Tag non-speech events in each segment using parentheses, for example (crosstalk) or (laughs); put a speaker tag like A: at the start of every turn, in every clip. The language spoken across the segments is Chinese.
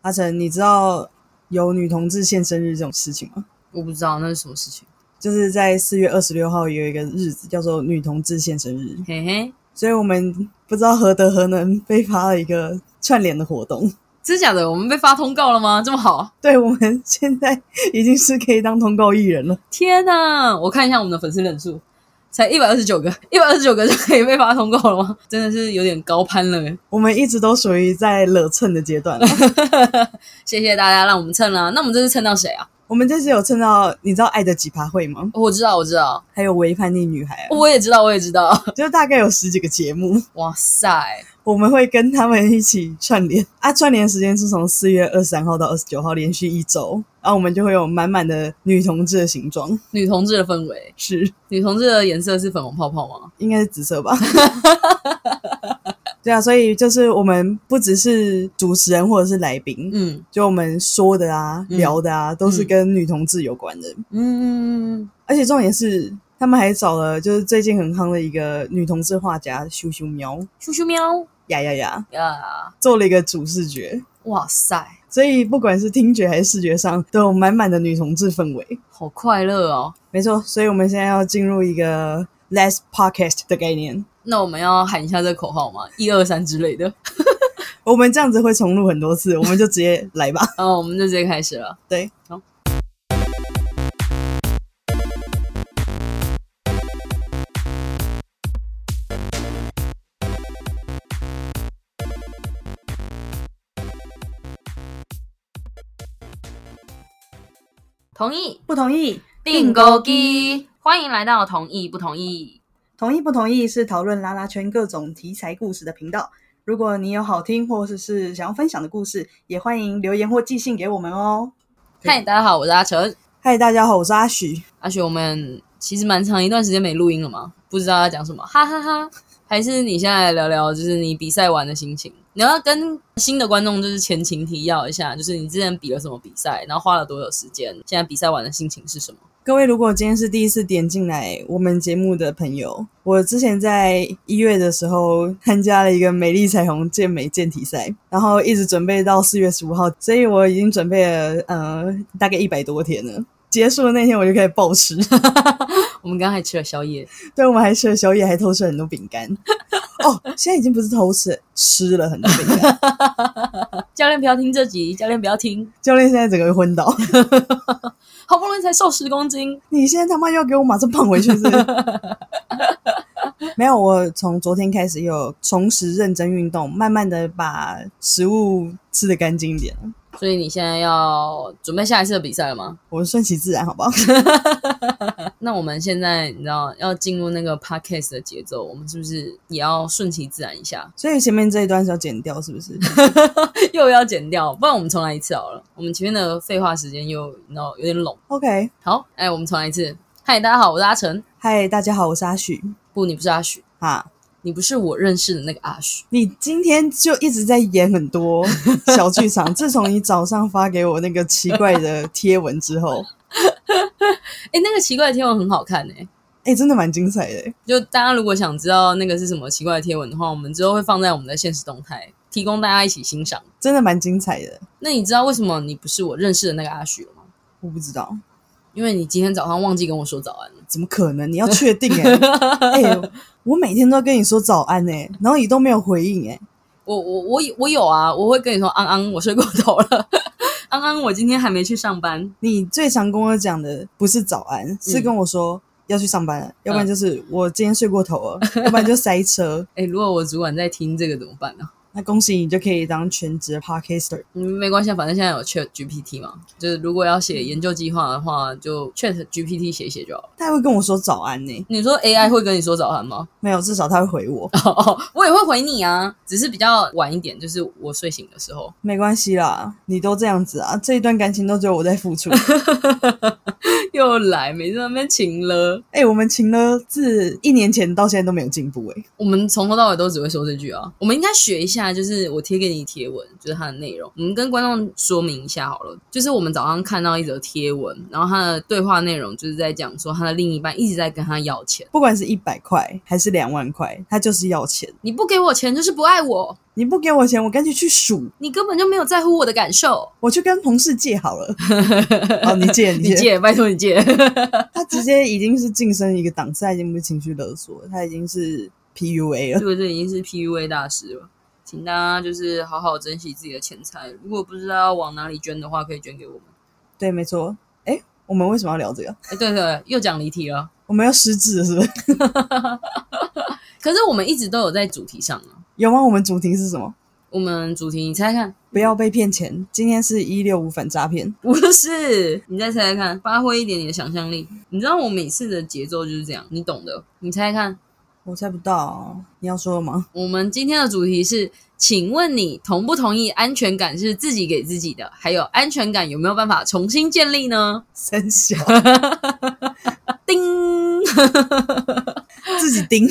A: 阿成，你知道有女同志现生日这种事情吗？
B: 我不知道那是什么事情。
A: 就是在四月二十六号有一个日子叫做女同志现生日，
B: 嘿嘿，
A: 所以我们不知道何德何能被发了一个串联的活动。
B: 真假的？我们被发通告了吗？这么好？
A: 对我们现在已经是可以当通告艺人了。
B: 天哪！我看一下我们的粉丝人数，才一百二十九个， (laughs) 一百二十九个就可以被发通告了吗？真的是有点高攀了耶。
A: 我们一直都属于在惹蹭的阶段了。 (laughs)
B: 谢谢大家让我们蹭啦、那我们这次蹭到谁啊？
A: 我们这次有蹭到，你知道爱的几趴会吗？
B: 我知道，我知道，
A: 还有违叛逆女孩、啊，
B: 我也知道，我也知道。 (laughs)
A: 就大概有十几个节目。
B: 哇塞！
A: 我们会跟他们一起串联啊，串联时间是从四月二十三号到二十九号，连续一周，然、后我们就会有满满的女同志的形状，
B: 女同志的氛围，
A: 是
B: 女同志的颜色是粉红泡泡吗？
A: 应该是紫色吧？对啊，所以就是我们不只是主持人或者是来宾，
B: 嗯
A: 就我们说的啊、
B: 嗯
A: 聊的啊，都是跟女同志有关的，
B: 嗯，
A: 而且重点是。他们还找了，就是最近很夯的一个女同志画家咻咻喵
B: 咻咻喵
A: 呀呀呀，
B: 呀！
A: 做了一个主视觉，
B: 哇塞，
A: 所以不管是听觉还是视觉上，都有满满的女同志氛围。
B: 好快乐哦！
A: 没错，所以我们现在要进入一个 less podcast 的概念。
B: 那我们要喊一下这个口号吗？一二三之类的。
A: 我们这样子会重录很多次，我们就直接来吧。 (laughs)
B: 然嗯后我们就直接开始了。
A: 对，
B: 好。同意
A: 不同意，
B: 并购机，欢迎来到同意不同意。
A: 同意不同意是讨论拉拉圈各种题材故事的频道。如果你有好听或者是想要分享的故事，也欢迎留言或寄信给我们哦。对
B: 嗨，大家好，我是阿成。
A: 嗨，大家好，我是阿许。
B: 阿雪，我们其实蛮长一段时间没录音了嘛，不知道要讲什么，哈哈哈还是你现在来聊聊，就是你比赛完的心情。你要跟新的观众就是前情提要一下，就是你之前比了什么比赛，然后花了多久时间，现在比赛完的心情是什么？
A: 各位，如果今天是第一次点进来我们节目的朋友，我之前在一月的时候参加了一个美丽彩虹健美健体赛，然后一直准备到四月十五号，所以我已经准备了呃大概一百多天了。结束的那天我就开始暴吃，
B: 我们刚刚还吃了宵夜，
A: 对我们还吃了宵夜，还偷吃了很多饼干。哦，现在已经不是偷吃，吃了很多饼干。 (laughs)
B: 教练不要听这集，教练不要听，
A: 教练现在整个昏倒，
B: 好不容易才瘦十公斤，
A: 你现在他妈又要给我马上胖回去是不是？ (laughs) 没有，我从昨天开始有重拾认真运动，慢慢的把食物吃的干净一点。
B: 所以你现在要准备下一次的比赛了吗？
A: 我顺其自然，好不好？ (laughs)
B: 那我们现在你知道要进入那个 podcast 的节奏，我们是不是也要顺其自然一下？ (laughs)
A: 所以前面这一段是要剪掉，是不 (laughs) 是？
B: 又要剪掉，不然我们重来一次好了。我们前面的废话时间又你知道有点拢。
A: OK，
B: 好，哎，我们重来一次。嗨，大家好，我是阿成。
A: 嗨，大家好，我是阿许。
B: 不，你不是阿许，
A: 啊，
B: 你不是我认识的那个阿许。
A: 你今天就一直在演很多小剧场。自从你早上发给我那个奇怪的贴文之后，
B: 哎，那个奇怪的贴文很好看哎、
A: 哎、真的蛮精彩的。
B: 就大家如果想知道那个是什么奇怪的贴文的话，我们之后会放在我们的现实动态，提供大家一起欣赏。
A: 真的蛮精彩的。
B: 那你知道为什么你不是我认识的那个阿许了吗？
A: 我不知道，
B: 因为你今天早上忘记跟我说早安了。
A: 怎么可能？你要确定哎、欸欸我每天都跟你说早安哎、然后你都没有回应哎、
B: 我我我有我有啊，我会跟你说安安，我睡过头了。 (laughs) 安安，我今天还没去上班。
A: 你最常跟我讲的不是早安，是跟我说。要去上班了，要不然就是我今天睡过头了，要不然就塞车。
B: 哎、如果我主管在听这个怎么办呢、
A: 那恭喜你就可以当全职的 podcaster。
B: 嗯，没关系啊，反正现在有 Chat GPT 嘛，就是如果要写研究计划的话，就 Chat GPT 写一写就好了。
A: 他还会跟我说早安呢、
B: 你说 AI 会跟你说早安吗？ (laughs)
A: 没有，至少他会回我，
B: 哦哦，我也会回你啊，只是比较晚一点，就是我睡醒的时候。 (laughs)
A: 没关系啦，你都这样子啊，这一段感情都只有我在付出。
B: 又来，每次在那边勤了。
A: 哎、我们情了自一年前到现在都没有进步哎、
B: 我们从头到尾都只会说这句啊，我们应该学一下下，就是我贴给你贴文，就是它的内容。我们跟观众说明一下好了，就是我们早上看到一则贴文，然后他的对话内容就是在讲说他的另一半一直在跟他要钱，
A: 不管是一百块还是两万块，他就是要钱。
B: 你不给我钱就是不爱我，
A: 你不给我钱，我干脆去数，
B: 你根本就没有在乎我的感受。
A: 我去跟同事借好了。 (laughs) 哦，你借， (laughs) 你
B: 你
A: 借。
B: 借，拜托你借。 (laughs)
A: 他直接已经是晋升一个档次，他已经不是情绪勒索，他已经是 PUA 了。
B: 对，这已经是 PUA 大师了。请大家就是好好珍惜自己的钱财，如果不知道要往哪里捐的话，可以捐给我们。
A: 对，没错。哎，我们为什么要聊这个？
B: 哎，对对，又讲离题了。
A: 我们要失智了，是 (laughs) 不是？
B: 可是我们一直都有在主题上啊。
A: 有吗？我们主题是什么？
B: 我们主题，你猜猜看，
A: 不要被骗钱。今天是一六五反诈骗，
B: (laughs) 不是？你再猜猜看，发挥一点你的想象力。你知道我每次的节奏就是这样，你懂的。你猜猜看，
A: 我猜不到，你要说吗？
B: 我们今天的主题是，请问你同不同意安全感是自己给自己的？还有安全感有没有办法重新建立呢？
A: 三小
B: 叮，
A: 自己盯。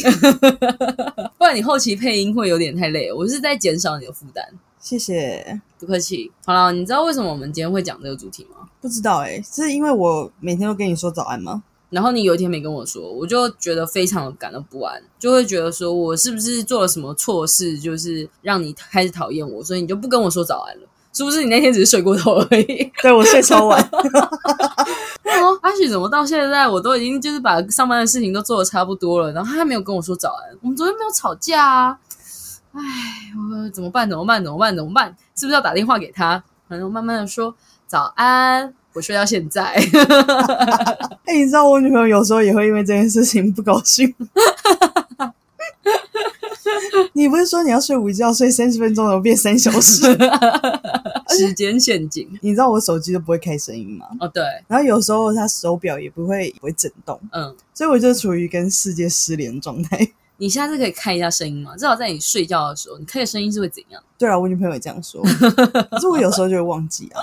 A: (laughs)
B: 不然你后期配音会有点太累了，我是在减少你的负担。
A: 谢谢。
B: 不客气。好了，你知道为什么我们今天会讲这个主题吗？
A: 不知道哎、是因为我每天都跟你说早安吗？
B: 然后你有一天没跟我说，我就觉得非常的感到不安，就会觉得说我是不是做了什么错事，就是让你开始讨厌我，所以你就不跟我说早安了。是不是你那天只是睡过头而
A: (laughs)
B: 已？
A: 对我睡超晚，
B: 哦，阿许怎么到现在我都已经就是把上班的事情都做的差不多了，然后他还没有跟我说早安，我们昨天没有吵架啊。唉，我怎么办？怎么办？怎么办？怎么办？是不是要打电话给他？然后慢慢的说早安，我睡到现在。 (laughs)
A: 哎、你知道我女朋友有时候也会因为这件事情不高兴。你不是说你要睡午觉，睡三十分钟，怎么变三小时？
B: 时间陷阱。
A: 你知道我手机都不会开声音吗？
B: 哦，对，
A: 然后有时候它手表也不会不会震动，
B: 嗯，
A: 所以我就处于跟世界失联状态。
B: 你下次可以开一下声音嘛，至少在你睡觉的时候，你开的声音是会怎样？
A: 对啊，我女朋友也这样说，可是我有时候就会忘记啊。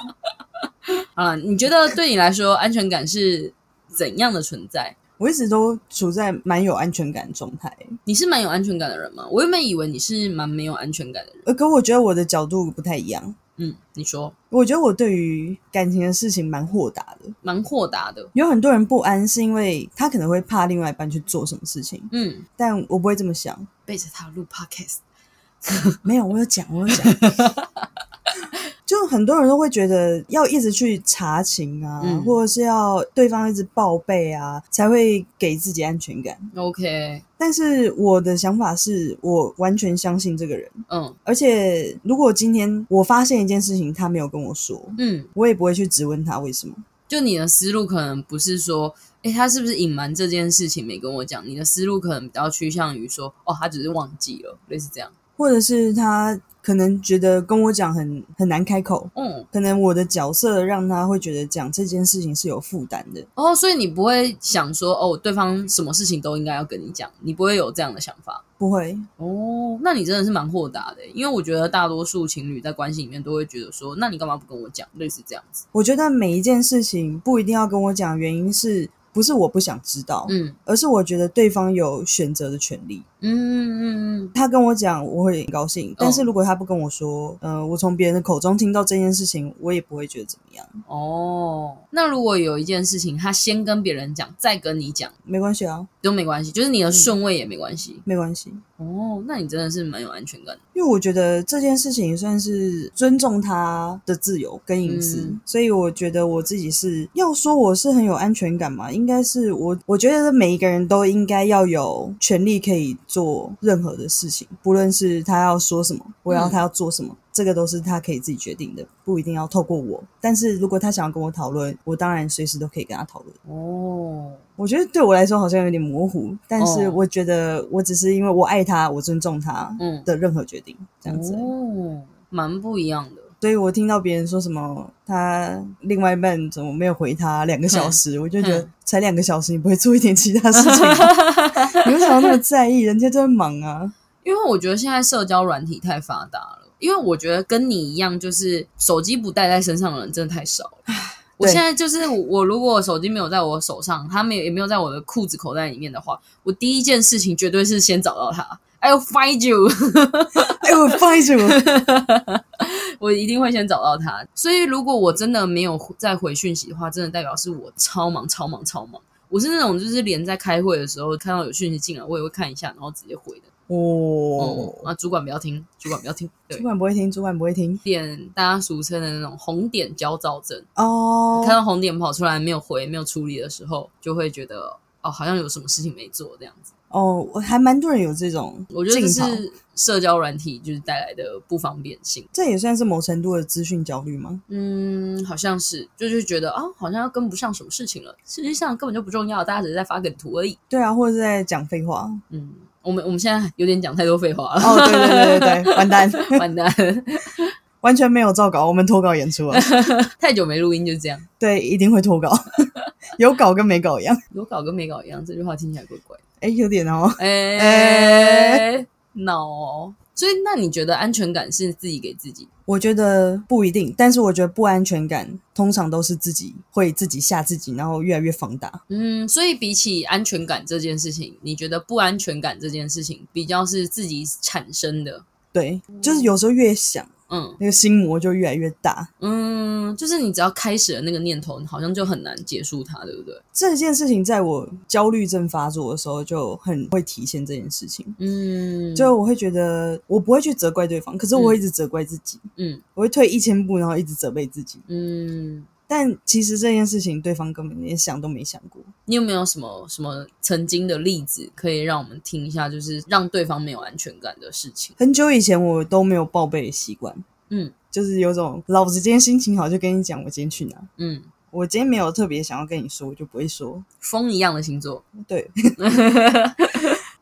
B: 好了，啊你觉得对你来说安全感是怎样的存在？
A: 我一直都处在蛮有安全感的状态，
B: 你是蛮有安全感的人吗？我原本以为你是蛮没有安全感的人。
A: 呃，可我觉得我的角度不太一样。
B: 嗯，你说
A: 我觉得我对于感情的事情蛮豁达的，
B: 蛮豁达的。
A: 有很多人不安是因为他可能会怕另外一半去做什么事情，
B: 嗯，
A: 但我不会这么想。
B: 背着他录 podcast，
A: 没有，我有讲，我有讲。就很多人都会觉得要一直去查情啊，
B: 嗯
A: 或者是要对方一直报备啊，才会给自己安全感。
B: OK，
A: 但是我的想法是我完全相信这个人，
B: 嗯
A: 而且如果今天我发现一件事情，他没有跟我说，
B: 嗯，
A: 我也不会去质问他为什么。
B: 就你的思路可能不是说，诶，他是不是隐瞒这件事情没跟我讲？你的思路可能比较趋向于说，哦，他只是忘记了，类似这样。
A: 或者是他可能觉得跟我讲很很难开口，
B: 嗯，
A: 可能我的角色让他会觉得讲这件事情是有负担的。
B: 哦，所以你不会想说，哦，对方什么事情都应该要跟你讲，你不会有这样的想法。
A: 不会，
B: 哦，那你真的是蛮豁达的，欸因为我觉得大多数情侣在关系里面都会觉得说，那你干嘛不跟我讲？类似这样子。
A: 我觉得每一件事情不一定要跟我讲，原因是不是我不想知道，
B: 嗯
A: 而是我觉得对方有选择的权利。
B: 嗯嗯嗯，
A: 他跟我讲，我会很高兴；但是如果他不跟我说，呃，我从别人的口中听到这件事情，我也不会觉得怎么样。
B: 嗯哦，那如果有一件事情他先跟别人讲，再跟你讲
A: 没关系啊，
B: 都没关系，就是你的顺位也没关系。
A: 没关系，
B: 哦，那你真的是蛮有安全感的。
A: 因为我觉得这件事情算是尊重他的自由跟隐私，
B: 嗯
A: 所以我觉得我自己是要说我是很有安全感嘛，应该是我我觉得每一个人都应该要有权利可以做任何的事情，不论是他要说什么，我要
B: 嗯
A: 他要做什么。这个都是他可以自己决定的，不一定要透过我。但是如果他想要跟我讨论，我当然随时都可以跟他讨论。
B: 哦，
A: 我觉得对我来说好像有点模糊，但是
B: 哦
A: 我觉得我只是因为我爱他，我尊重他
B: 嗯，
A: 的任何决定，这样子而已。
B: 哦，蛮不一样的。
A: 所以我听到别人说什么他另外一半怎么没有回他两个小时，我就觉得
B: 嗯
A: 才两个小时，你不会做一点其他事情吗？
B: (laughs)
A: 你为什么要那么在意？人家都在忙啊。
B: 因为我觉得现在社交软体太发达了，因为我觉得跟你一样，就是手机不带在身上的人真的太少了。我现在就是我，我如果手机没有在我手上，它没有也没有在我的裤子口袋里面的话，我第一件事情绝对是先找到它， I will find you， (laughs)
A: 哎，我 find you，
B: 我一定会先找到他。所以如果我真的没有再回讯息的话，真的代表是我超忙、超忙、超忙。我是那种就是连在开会的时候看到有讯息进来，我也会看一下，然后直接回的。哦、
A: 哦，
B: 啊，主管不要听，主管不要听，对
A: 主，管不会听，主管不会听，
B: 点大家俗称的那种红点焦躁症。
A: 哦
B: 看，到红点跑出来没有回、没有处理的时候，就会觉得哦，好像有什么事情没做这样子。
A: 哦，我还蛮多人有这种
B: 我觉得这
A: 镜头
B: 是社交软体就是带来的不方便性。
A: 这也算是某程度的资讯焦虑吗？
B: 嗯，好像是，就是觉得啊，好像跟不上什么事情了。事实上根本就不重要，大家只是在发梗图而已。
A: 对啊，或者是在讲废
B: (laughs)
A: 话。
B: 嗯，我们我们现在有点讲太多废话了， (laughs)
A: 哦，对对对对对，完蛋， (laughs)
B: 完蛋，
A: 完全没有照稿，我们脱稿演出了。 (laughs)
B: 太久没录音就这样，
A: 对，一定会脱稿， (laughs) 有稿跟没稿一样。
B: 有搞跟没搞一样。这句话听起来怪怪的。
A: 哎，有点哦。
B: 哎、闹哦。所以那你觉得安全感是自己给自己？
A: 我觉得不一定，但是我觉得不安全感通常都是自己会自己吓自己，然后越来越放大。
B: 嗯，所以比起安全感这件事情，你觉得不安全感这件事情比较是自己产生的？
A: 对，就是有时候越想，
B: 嗯
A: 那个心魔就越来越大。
B: 嗯，就是你只要开始了那个念头，你好像就很难结束它，对不对？
A: 这件事情在我焦虑症发作的时候，就很会体现这件事情。
B: 嗯，
A: 就我会觉得，我不会去责怪对方，可是我会一直责怪自己，
B: 嗯
A: 我会退一千步，然后一直责备自己。
B: 嗯，
A: 但其实这件事情，对方根本连想都没想过。
B: 你有没有什么什么曾经的例子可以让我们听一下？就是让对方没有安全感的事情。
A: 很久以前，我都没有报备的习惯，
B: 嗯
A: 就是有种老子今天心情好，就跟你讲我今天去哪。
B: 嗯，
A: 我今天没有特别想要跟你说，我就不会说。
B: 风一样的星座。 (laughs)
A: 对，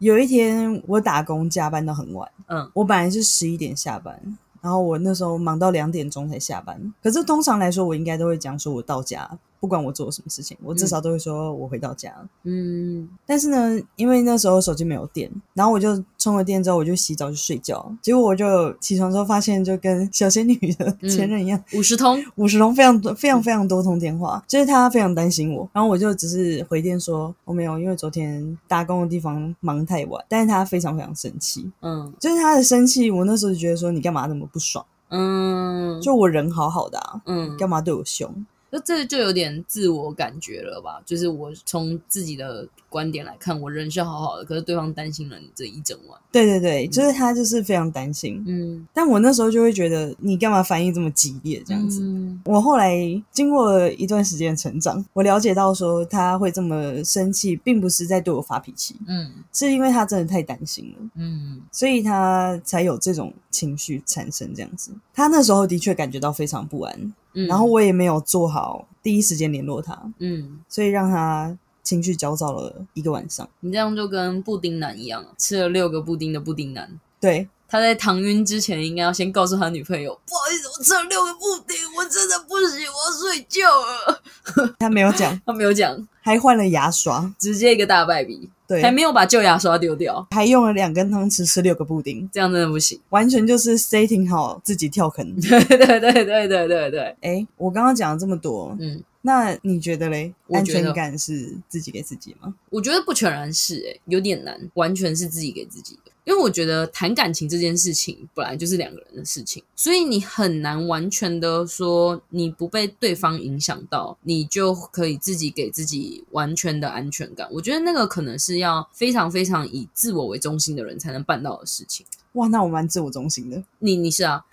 A: 有一天我打工加班到很晚，
B: 嗯
A: 我本来是十一点下班，然后我那时候忙到两点钟才下班。可是通常来说，我应该都会讲说我到家，不管我做什么事情，我至少都会说我回到家。
B: 嗯。
A: 但是呢，因为那时候手机没有电，然后我就充了电之后，我就洗澡去睡觉。结果我就起床之后发现，就跟小仙女的
B: 嗯
A: (laughs) 前任一样，
B: 五十通，
A: 五十通非常多、非常非常多通电话，就是他非常担心我，然后我就只是回电说我、没有，因为昨天打工的地方忙太晚，但是他非常非常生气，
B: 嗯
A: 就是他的生气，我那时候就觉得说你干嘛那么不爽？
B: 嗯，
A: 就我人好好的啊，
B: 嗯，
A: 干嘛对我凶？
B: 那这就有点自我感觉了吧？就是我从自己的观点来看，我人是好好的，可是对方担心了你这一整晚。
A: 对对对，就是他就是非常担心，
B: 嗯，
A: 但我那时候就会觉得你干嘛反应这么激烈这
B: 这
A: 样
B: 样
A: 子
B: 子。。
A: 我后来经过了一段时间的成长，我了解到说他会这么生气，并不是在对我发脾气，
B: 嗯
A: 是因为他真的太担心了。
B: 嗯
A: 所以他才有这种情绪产生这样子。他那时候的确感觉到非常不安，
B: 嗯，
A: 然后我也没有做好第一时间联络他，
B: 嗯，
A: 所以让他情绪焦躁了一个晚上。
B: 你这样就跟布丁男一样啊，吃了六个布丁的布丁男。
A: 对，
B: 他在唐晕之前，应该要先告诉他女朋友：“不好意思，我吃了六个布丁，我真的不行，我要睡觉了。 (laughs)
A: 他没有讲”，
B: 他没有讲，
A: 还换了牙刷，
B: 直接一个大败笔，
A: 对
B: 还，没有把旧牙刷丢掉，
A: 还用了两根汤匙吃六个布丁，
B: 这样真的不行。 (laughs)
A: 完全就是 setting 好自己跳坑。
B: 对对对对对对对，
A: 哎、我刚刚讲了这么多，
B: 嗯，
A: 那你觉得嘞？
B: 我
A: 安
B: 觉得
A: 全感是自己给自己吗？
B: 我觉得不全然是、欸，有点难，完全是自己给自己的。因为我觉得谈感情这件事情本来就是两个人的事情，所以你很难完全的说你不被对方影响到，你就可以自己给自己完全的安全感。我觉得那个可能是要非常非常以自我为中心的人才能办到的事情。
A: 哇，那我蛮自我中心的。
B: 你你是啊，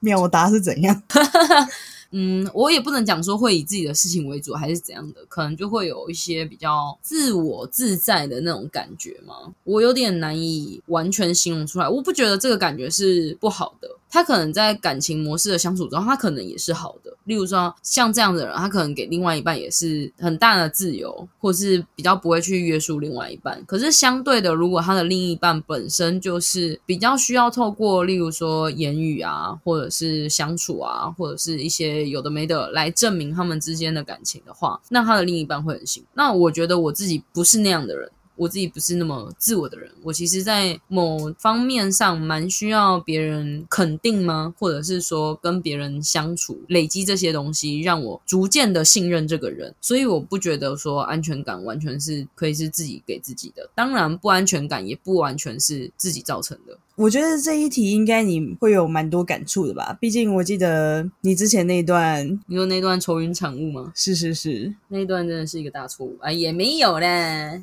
A: 秒答是怎样？ (laughs)
B: 嗯，我也不能讲说会以自己的事情为主还是怎样的，可能就会有一些比较自我自在的那种感觉嘛。我有点难以完全形容出来，我不觉得这个感觉是不好的。他可能在感情模式的相处中，他可能也是好的。例如说，像这样的人，他可能给另外一半也是很大的自由，或是比较不会去约束另外一半。可是相对的，如果他的另一半本身就是比较需要透过，例如说言语啊，或者是相处啊，或者是一些有的没的来证明他们之间的感情的话，那他的另一半会很辛苦。那我觉得我自己不是那样的人。我自己不是那么自我的人，我其实，在某方面上蛮需要别人肯定吗？或者是说跟别人相处，累积这些东西，让我逐渐的信任这个人。所以我不觉得说安全感完全是可以是自己给自己的，当然不安全感也不完全是自己造成的。
A: 我觉得这一题应该你会有蛮多感触的吧，毕竟我记得你之前那一段，
B: 你说那段愁云惨雾吗？
A: 是是是，
B: 那一段真的是一个大错误啊，也没有啦，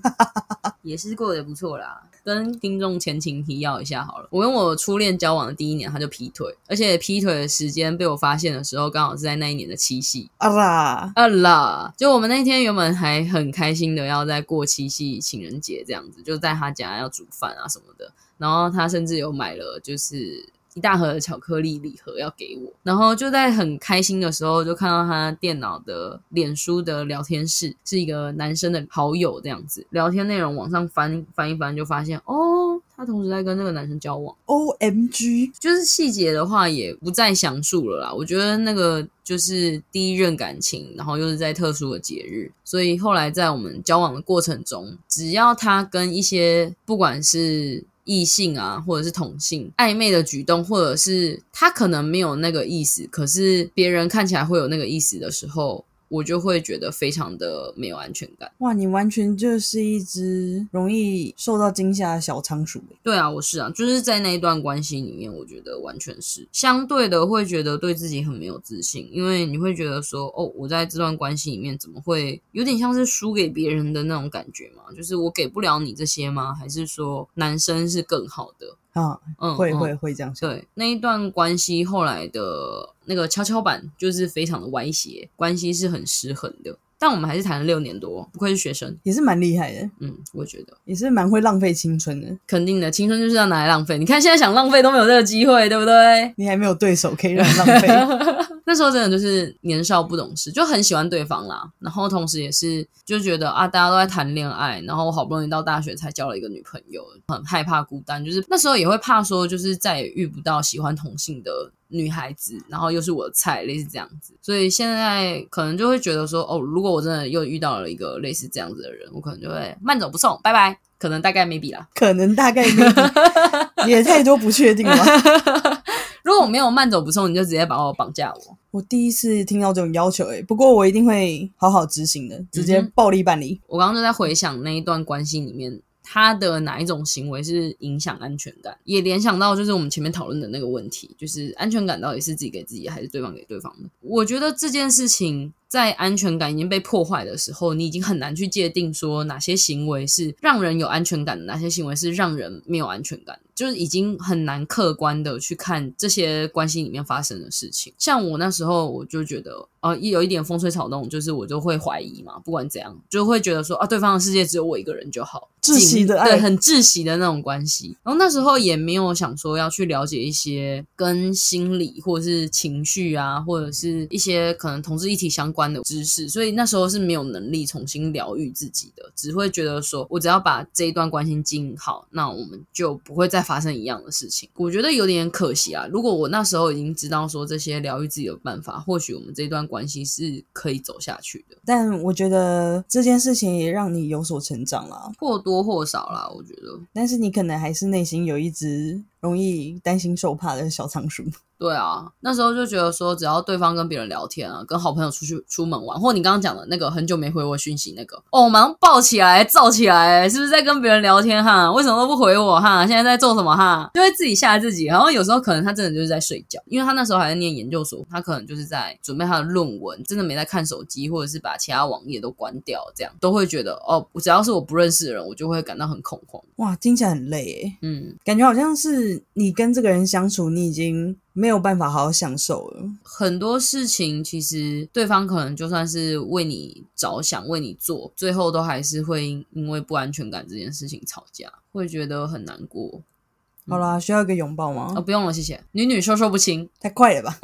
B: 也是过得不错啦。跟听众前情提要一下好了，我跟我初恋交往的第一年，他就劈腿，而且劈腿的时间被我发现的时候，刚好是在那一年的七夕。
A: 啊啦，
B: 啊啦！就我们那天原本还很开心的要在过七夕情人节这样子，就在他家要煮饭啊什么的，然后他甚至有买了就是一大盒的巧克力礼盒要给我，然后就在很开心的时候，就看到他电脑的脸书的聊天室是一个男生的好友这样子，聊天内容往上翻翻一翻，就发现哦，他同时在跟那个男生交往。
A: O M G，
B: 就是细节的话也不再详述了啦。我觉得那个就是第一任感情，然后又是在特殊的节日，所以后来在我们交往的过程中，只要他跟一些不管是异性啊，或者是同性暧昧的举动，或者是他可能没有那个意思，可是别人看起来会有那个意思的时候，我就会觉得非常的没有安全感。
A: 哇，你完全就是一只容易受到惊吓的小仓鼠欸
B: 对啊，我是啊，就是在那一段关系里面，我觉得完全是相对的，会觉得对自己很没有自信，因为你会觉得说，哦，我在这段关系里面怎么会有点像是输给别人的那种感觉嘛？就是我给不了你这些吗？还是说男生是更好的？
A: 啊，
B: 嗯，
A: 会
B: 嗯
A: 会会这样想。
B: 对，那一段关系后来的那个跷跷板就是非常的歪斜，关系是很失衡的。但我们还是谈了六年多，不愧是学生。
A: 也是蛮厉害的，
B: 嗯，我觉得
A: 也是蛮会浪费青春的。
B: 肯定的，青春就是要拿来浪费。你看现在想浪费都没有这个机会，对不对？
A: 你还没有对手可以让你浪费，
B: 那时候真的就是年少不懂事，就很喜欢对方啦。然后同时也是就觉得啊，大家都在谈恋爱，然后我好不容易到大学才交了一个女朋友，很害怕孤单，就是那时候也会怕说，就是再也遇不到喜欢同性的。女孩子，然后又是我的菜，类似这样子，所以现在可能就会觉得说，哦，如果我真的又遇到了一个类似这样子的人，我可能就会慢走不送，拜拜，可能大概 maybe 啦，
A: 可能大概 maybe 也太多不确定了吧。
B: (laughs) 如果我没有慢走不送，你就直接把我绑架我。
A: 我第一次听到这种要求、欸，不过我一定会好好执行的，直接
B: 嗯哼
A: 暴力办理。
B: 我刚刚就在回想那一段关系里面，他的哪一种行为是影响安全感，也联想到就是我们前面讨论的那个问题，就是安全感到底是自己给自己还是对方给对方的？我觉得这件事情在安全感已经被破坏的时候，你已经很难去界定说哪些行为是让人有安全感的，哪些行为是让人没有安全感的，就是已经很难客观的去看这些关系里面发生的事情。像我那时候，我就觉得，呃，一有一点风吹草动，就是我就会怀疑嘛，不管怎样，就会觉得说啊，对方的世界只有我一个人就好，
A: 窒息的爱
B: 对，很窒息的那种关系。然后那时候也没有想说要去了解一些跟心理或者是情绪啊，或者是一些可能同志议题相关的知识，所以那时候是没有能力重新疗愈自己的，只会觉得说我只要把这一段关系经营好，那我们就不会再发生一样的事情。我觉得有点可惜啊。如果我那时候已经知道说这些疗愈自己的办法，或许我们这段关系是可以走下去的，
A: 但我觉得这件事情也让你有所成长啦。
B: 或多或少啦，我觉得。
A: 但是你可能还是内心有一只容易担心受怕的小仓鼠。 (laughs)
B: 对啊，那时候就觉得说，只要对方跟别人聊天啊，跟好朋友出去出门玩，或你刚刚讲的那个很久没回我讯息那个，哦，马上抱起来、燥起来，是不是在跟别人聊天哈？为什么都不回我哈？现在在做什么哈？就会自己吓自己。然后有时候可能他真的就是在睡觉，因为他那时候还在念研究所，他可能就是在准备他的论文，真的没在看手机，或者是把其他网页都关掉，这样都会觉得哦，只要是我不认识的人，我就会感到很恐慌。
A: 哇，听起来很累诶、
B: 嗯，
A: 感觉好像是你跟这个人相处，你已经没有办法好好享受了。
B: 很多事情其实对方可能就算是为你着想、为你做，最后都还是会因因为不安全感这件事情吵架，会觉得很难过。
A: 好啦，需要一个拥抱吗？
B: 啊、不用了，谢谢。女女授受不 (laughs) 亲，
A: 太快了吧！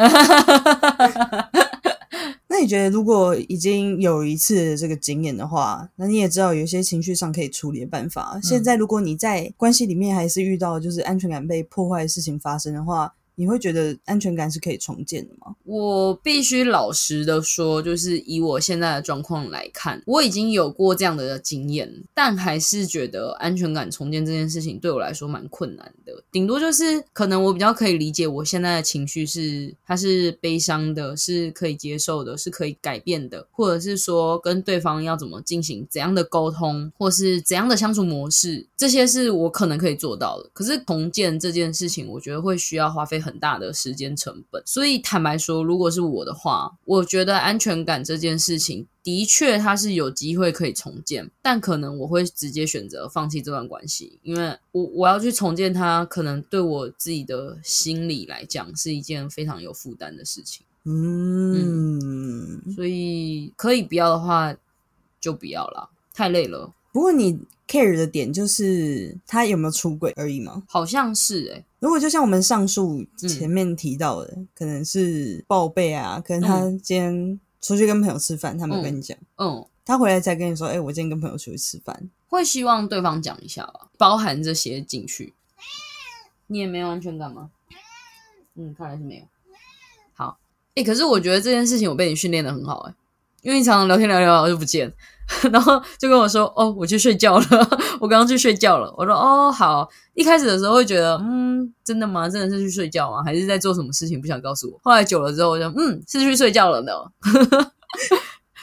A: 那你觉得，如果已经有一次这个经验的话，那你也知道有一些情绪上可以处理的办法。
B: 嗯
A: 现在，如果你在关系里面还是遇到就是安全感被破坏的事情发生的话，你会觉得安全感是可以重建的吗？
B: 我必须老实的说，就是以我现在的状况来看，我已经有过这样的经验，但还是觉得安全感重建这件事情对我来说蛮困难的。顶多就是可能我比较可以理解我现在的情绪是它是悲伤的，是可以接受的，是可以改变的，或者是说跟对方要怎么进行怎样的沟通，或是怎样的相处模式，这些是我可能可以做到的。可是重建这件事情，我觉得会需要花费很大的时间成本，所以坦白说，如果是我的话，我觉得安全感这件事情的确它是有机会可以重建，但可能我会直接选择放弃这段关系，因为我我要去重建它，可能对我自己的心理来讲是一件非常有负担的事情，
A: 嗯，
B: 所以可以不要的话就不要啦，太累了，
A: 不过你 care 的点就是他有没有出轨而已嘛。
B: 好像是欸诶、
A: 如果就像我们上述前面提到的，
B: 嗯
A: 可能是报备啊，可能他今天出去跟朋友吃饭，他没有跟你讲，
B: 嗯，
A: 他回来才跟你说，哎、我今天跟朋友出去吃饭。
B: 会希望对方讲一下吧，包含这些进去。你也没有安全感吗？嗯，看来是没有。好，哎、可是我觉得这件事情我被你训练的很好、欸，因为你常常聊天聊聊聊就不见， (laughs) 然后就跟我说，哦，我去睡觉了，我刚刚去睡觉了。我说，哦，好。一开始的时候会觉得，嗯，真的吗？真的是去睡觉吗？还是在做什么事情不想告诉我？后来久了之后，我就，嗯，是去睡觉了呢。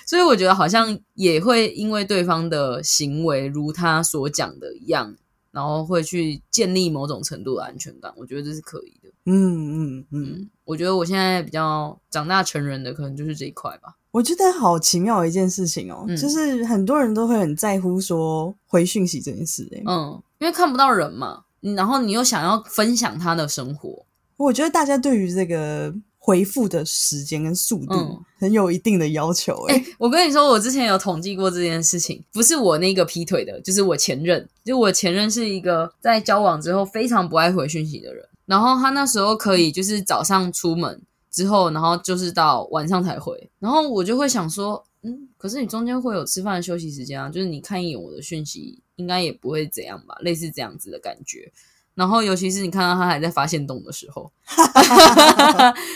B: 所以我觉得好像也会因为对方的行为如他所讲的一样，然后会去建立某种程度的安全感。我觉得这是可以的。
A: 嗯嗯嗯，
B: 我觉得我现在比较长大成人的，可能就是这一块吧。
A: 我觉得好奇妙的一件事情哦、
B: 嗯
A: 就是很多人都会很在乎说回讯息这件事、哎、
B: 嗯，因为看不到人嘛，你然后你又想要分享他的生活，
A: 我觉得大家对于这个回复的时间跟速度、
B: 嗯
A: 很有一定的要求、哎、
B: 我跟你说，我之前有统计过这件事情，不是我那个劈腿的，就是我前任。就我前任是一个在交往之后非常不爱回讯息的人，然后他那时候可以就是早上出门之后，然后就是到晚上才回，然后我就会想说，嗯，可是你中间会有吃饭的休息时间啊，就是你看一眼我的讯息，应该也不会怎样吧，类似这样子的感觉。然后，尤其是你看到他还在发现洞的时候，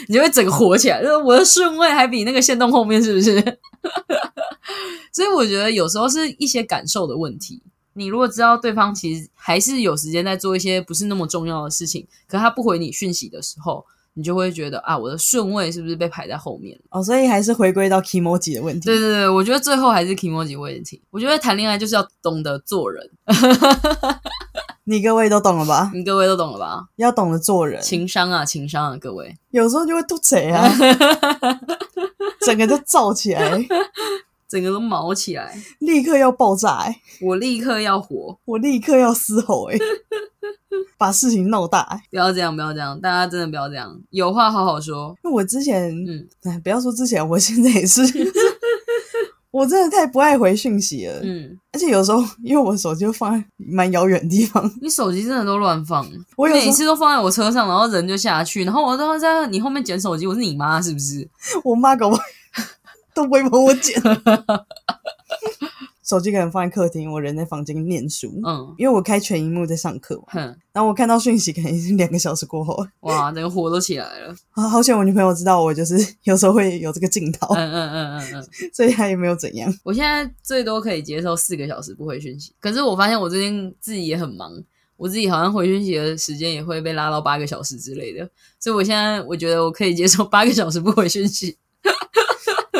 B: 你就会整个火起来。就是我的顺位还比那个线洞后面，是不是？所以我觉得有时候是一些感受的问题。你如果知道对方其实还是有时间在做一些不是那么重要的事情，可他不回你讯息的时候，你就会觉得啊，我的顺位是不是被排在后面了？
A: 哦，所以还是回归到 emoji 的问题。
B: 对对对，我觉得最后还是 i m o j i 问题。我觉得谈恋爱就是要懂得做人，嗯
A: 你各位都懂了吧？
B: 你各位都懂了吧？
A: 要懂得做人，
B: 情商啊，情商啊，各位。
A: 有时候就会吐嘴
B: (laughs)
A: 啊，整个就燥起来，
B: 整个都毛起来，
A: 立刻要爆炸、哎，
B: 我立刻要火！
A: 我立刻要嘶吼、哎，把事情闹大、哎。
B: 不要这样，不要这样，大家真的不要这样，有话好好说。
A: 因为我之前，
B: 嗯
A: 哎，不要说之前，我现在也
B: (laughs)
A: 是，我真的太不爱回讯息了。
B: 嗯，
A: 而且有时候，因为我手机就放在蛮遥远的地方，
B: 你手机真的都乱放，
A: 我有
B: 每
A: 时
B: 次都放在我车上，然后人就下去，然后我都在你后面捡手机，我是你妈是不是？
A: 候我妈搞不好 (laughs) 都不会帮我
B: (laughs)
A: 捡，手机可能放在客厅，我人在房间念书，
B: 嗯，
A: 因为我开全荧幕在上课嘛，
B: 哼，
A: 然后我看到讯息可能已经两个小时过后了，
B: 哇，整个火都起来了。
A: 啊，好险我女朋友知道我就是 (laughs) 有时候会有这个镜头，
B: 嗯嗯嗯嗯嗯，
A: 所以她也没有怎样。
B: 我现在最多可以接受四个小时不回讯息，可是我发现我最近自己也很忙。我自己好像回讯息的时间也会被拉到八个小时之类的，所以我现在我觉得我可以接受八个小时不回讯息。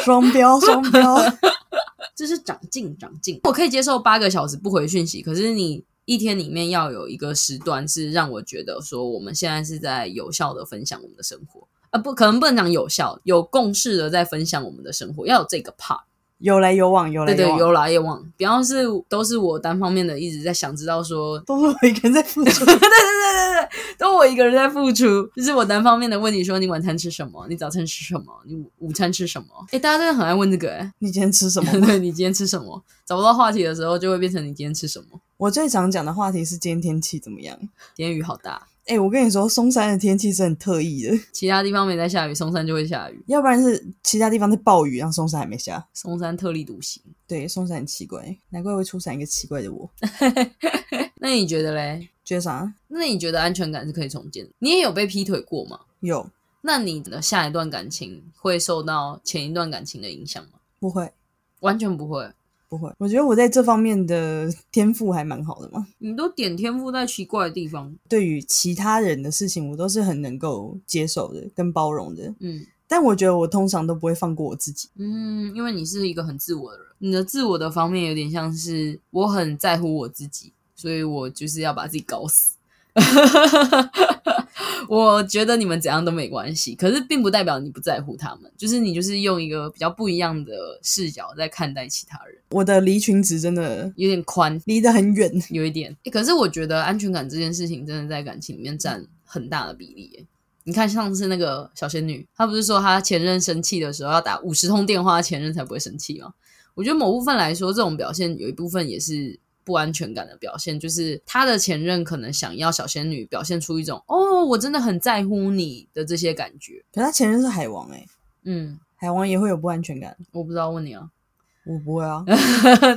A: 双标，双标，
B: (laughs) 这是长进，长进。我可以接受八个小时不回讯息，可是你一天里面要有一个时段是让我觉得说我们现在是在有效的分享我们的生活啊，不可能不能讲有效，有共识的在分享我们的生活，要有这个 part。
A: 有来有往，有来
B: 对对，
A: 往，
B: 有来有往，不要是都是我单方面的一直在想知道说。
A: 都是我一个人在付出。 (laughs)
B: 对对对对对，都我一个人在付出，就是我单方面的问你说你晚餐吃什么，你早餐吃什么，你午午餐吃什么？哎，大家真的很爱问这个哎、诶
A: 你今天吃什么？
B: (laughs) 对你今天吃什么？找不到话题的时候，就会变成你今天吃什么。
A: 我最常讲的话题是今天天气怎么样。
B: 今天雨好大，
A: 哎、我跟你说，松山的天气是很特异的，
B: 其他地方没在下雨，松山就会下雨。
A: 要不然是其他地方在暴雨，然后松山还没下。
B: 松山特立独行。
A: 对，松山很奇怪，难怪会出产一个奇怪的我。
B: 那你觉得嘞？
A: 觉得啥？
B: 那你觉得安全感是可以重建的？你也有被劈腿过吗？
A: 有，
B: 那你的下一段感情会受到前一段感情的影响吗？
A: 不会
B: 完全不会，
A: 不会，我觉得我在这方面的天赋还蛮好的嘛。
B: 你都点天赋在奇怪的地方。
A: 对于其他人的事情，我都是很能够接受的跟包容的。
B: 嗯
A: 但我觉得我通常都不会放过我自己。
B: 嗯，因为你是一个很自我的人，你的自我的方面有点像是我很在乎我自己，所以我就是要把自己搞死。 (laughs) 我觉得你们怎样都没关系，可是并不代表你不在乎他们，就是你就是用一个比较不一样的视角在看待其他人，
A: 我的离群值真的
B: 有点宽，
A: 离得很远。
B: 有一点、欸可是我觉得安全感这件事情真的在感情里面占很大的比例、欸。你看上次那个小仙女，她不是说她前任生气的时候要打五十通电话，前任才不会生气吗？我觉得某部分来说，这种表现有一部分也是不安全感的表现，就是她的前任可能想要小仙女表现出一种“哦，我真的很在乎你”的这些感觉。
A: 可他前任是海王哎、
B: 嗯，
A: 海王也会有不安全感。
B: 我不知道问你啊， (laughs)
A: 我不会啊，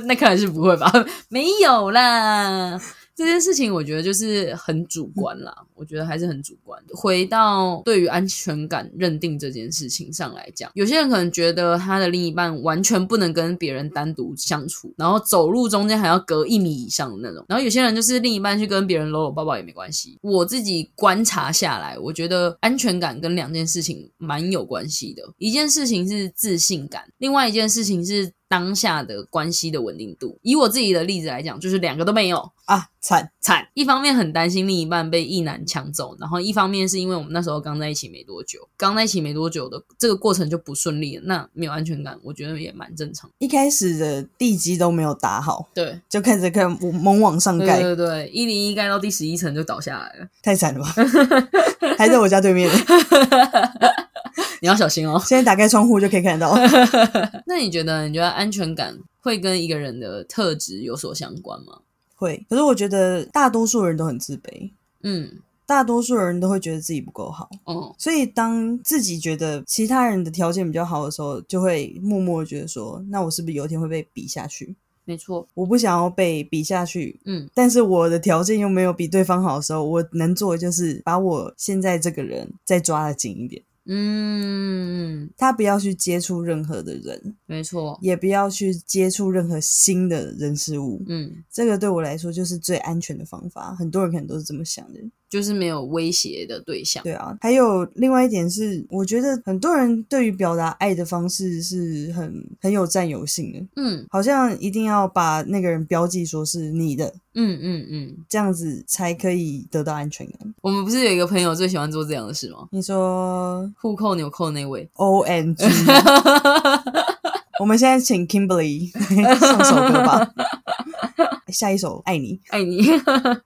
B: 那看来是不会吧？ (laughs) 没有啦，这件事情我觉得就是很主观啦，我觉得还是很主观的。回到对于安全感认定这件事情上来讲，有些人可能觉得他的另一半完全不能跟别人单独相处，然后走路中间还要隔一米以上的那种。然后有些人就是另一半去跟别人搂搂抱抱也没关系。我自己观察下来，我觉得安全感跟两件事情蛮有关系的。一件事情是自信感，另外一件事情是当下的关系的稳定度。以我自己的例子来讲，就是两个都没有。
A: 啊惨，
B: 惨，一方面很担心另一半被异男抢走，然后一方面是因为我们那时候刚在一起没多久，刚在一起没多久的这个过程就不顺利了，那没有安全感，我觉得也蛮正常。
A: 一开始的地基都没有打好，
B: 对，
A: 就开始看猛往上
B: 对
A: 盖，
B: 对对，一零一盖到第十一层就倒下来了，
A: 太惨了吧？还在我家对面，
B: 你要小心哦。 (laughs)
A: 现在打开窗户就可以看得到。
B: 那你觉得，你觉得安全感会跟一个人的特质有所相关吗？
A: 会，可是我觉得大多数人都很自卑，
B: 嗯，
A: 大多数人都会觉得自己不够好。
B: 哦，
A: 所以，当自己觉得其他人的条件比较好的时候，就会默默地觉得说：“那我是不是有一天会被比下去？
B: 没错，
A: 我不想要被比下去，
B: 嗯，
A: 但是我的条件又没有比对方好的时候，我能做的就是把我现在这个人再抓得紧一点，
B: 嗯，
A: 他不要去接触任何的人，
B: 没错，
A: 也不要去接触任何新的人事物。
B: 嗯，
A: 这个对我来说就是最安全的方法。很多人可能都是这么想的，
B: 就是没有威胁的对象。
A: 对啊。还有另外一点是，我觉得很多人对于表达爱的方式是很很有占有性的，
B: 嗯
A: 好像一定要把那个人标记说是你的，
B: 嗯嗯嗯，
A: 这样子才可以得到安全感。
B: 我们不是有一个朋友最喜欢做这样的事吗？
A: 你说
B: 互扣纽扣那位，
A: O N G，我们现在请 Kimberly 上首歌吧， (laughs) 下一首《爱你》。
B: 爱你。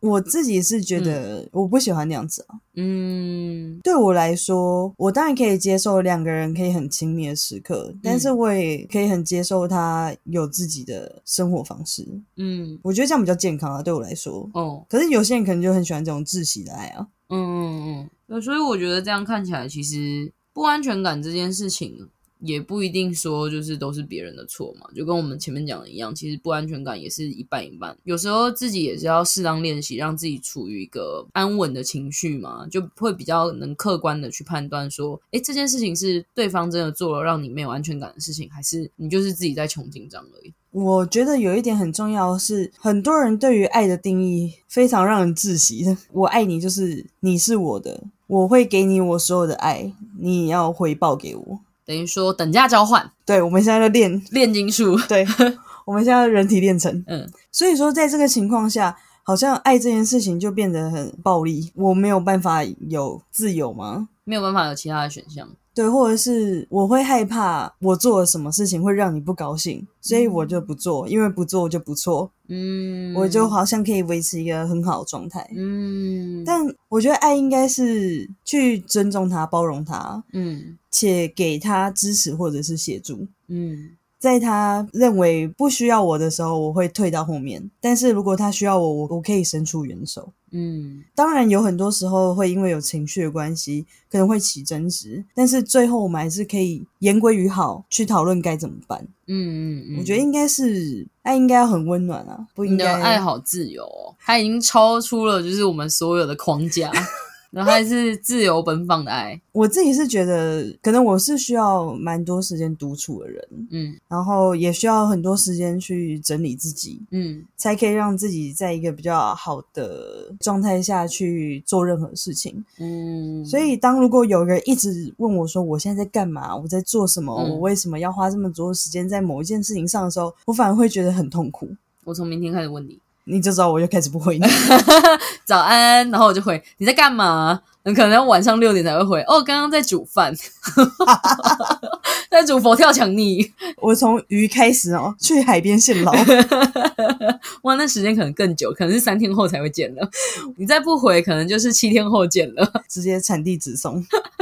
A: 我自己是觉得我不喜欢那样子啊。
B: 嗯
A: 对我来说，我当然可以接受两个人可以很亲密的时刻，但是我也可以很接受他有自己的生活方式。
B: 嗯，
A: 我觉得这样比较健康啊，对我来说。
B: 哦，
A: 可是有些人可能就很喜欢这种窒息的爱啊。
B: 嗯嗯嗯对，所以我觉得这样看起来，其实不安全感这件事情。也不一定说就是都是别人的错嘛，就跟我们前面讲的一样，其实不安全感也是一半一半，有时候自己也是要适当练习，让自己处于一个安稳的情绪嘛，就会比较能客观的去判断说，诶，这件事情是对方真的做了让你没有安全感的事情，还是你就是自己在穷紧张而已。
A: 我觉得有一点很重要的是，很多人对于爱的定义非常让人窒息的。我爱你就是你是我的，我会给你我所有的爱，你要回报给我。
B: 等于说等价交换，
A: 对，我们现在在练，
B: 炼金术。 (laughs)
A: (laughs) 对，我们现在人体炼成。
B: 嗯
A: 所以说，在这个情况下，好像爱这件事情就变得很暴力。我没有办法有自由吗？
B: 没有办法有其他的选项。
A: 对，或者是我会害怕我做了什么事情会让你不高兴，所以我就不做，因为不做就不错，
B: 嗯，
A: 我就好像可以维持一个很好的状态。
B: 嗯，
A: 但我觉得爱应该是去尊重他、包容他，
B: 嗯
A: 且给他支持或者是协助。
B: 嗯
A: 在他认为不需要我的时候，我会退到后面；但是如果他需要我，我我可以伸出援手。
B: 嗯
A: 当然，有很多时候会因为有情绪的关系，可能会起争执，但是最后我们还是可以言归于好，去讨论该怎么办。
B: 嗯嗯，
A: 我觉得应该是爱，应该要很温暖啊，不
B: 你
A: 应
B: 的
A: 该 (laughs)
B: 爱好自由、哦，它已经超出了就是我们所有的框架。然后还是自由奔放的爱，
A: 我自己是觉得，可能我是需要蛮多时间独处的人，
B: 嗯
A: 然后也需要很多时间去整理自己，
B: 嗯
A: 才可以让自己在一个比较好的状态下去做任何事情。
B: 嗯，
A: 所以，当如果有人一直问我说我现在在干嘛，我在做什么，
B: 嗯
A: 我为什么要花这么多时间在某一件事情上的时候，我反而会觉得很痛苦。
B: 我从明天开始问你 (laughs)
A: 你就知道我又开始不回你，
B: 早安，然后我就回你在干嘛？你可能晚上六点才会回哦，刚刚在煮
A: (laughs)
B: 饭， (laughs) 在煮佛跳墙你，
A: (laughs) 我从鱼开始哦，去海边现
B: (laughs)
A: 捞。
B: 哇，那时间可能更久，可能是三天后才会见了。你再不回，可能就是七天后见了。 (laughs)
A: 直接产地直送， (laughs)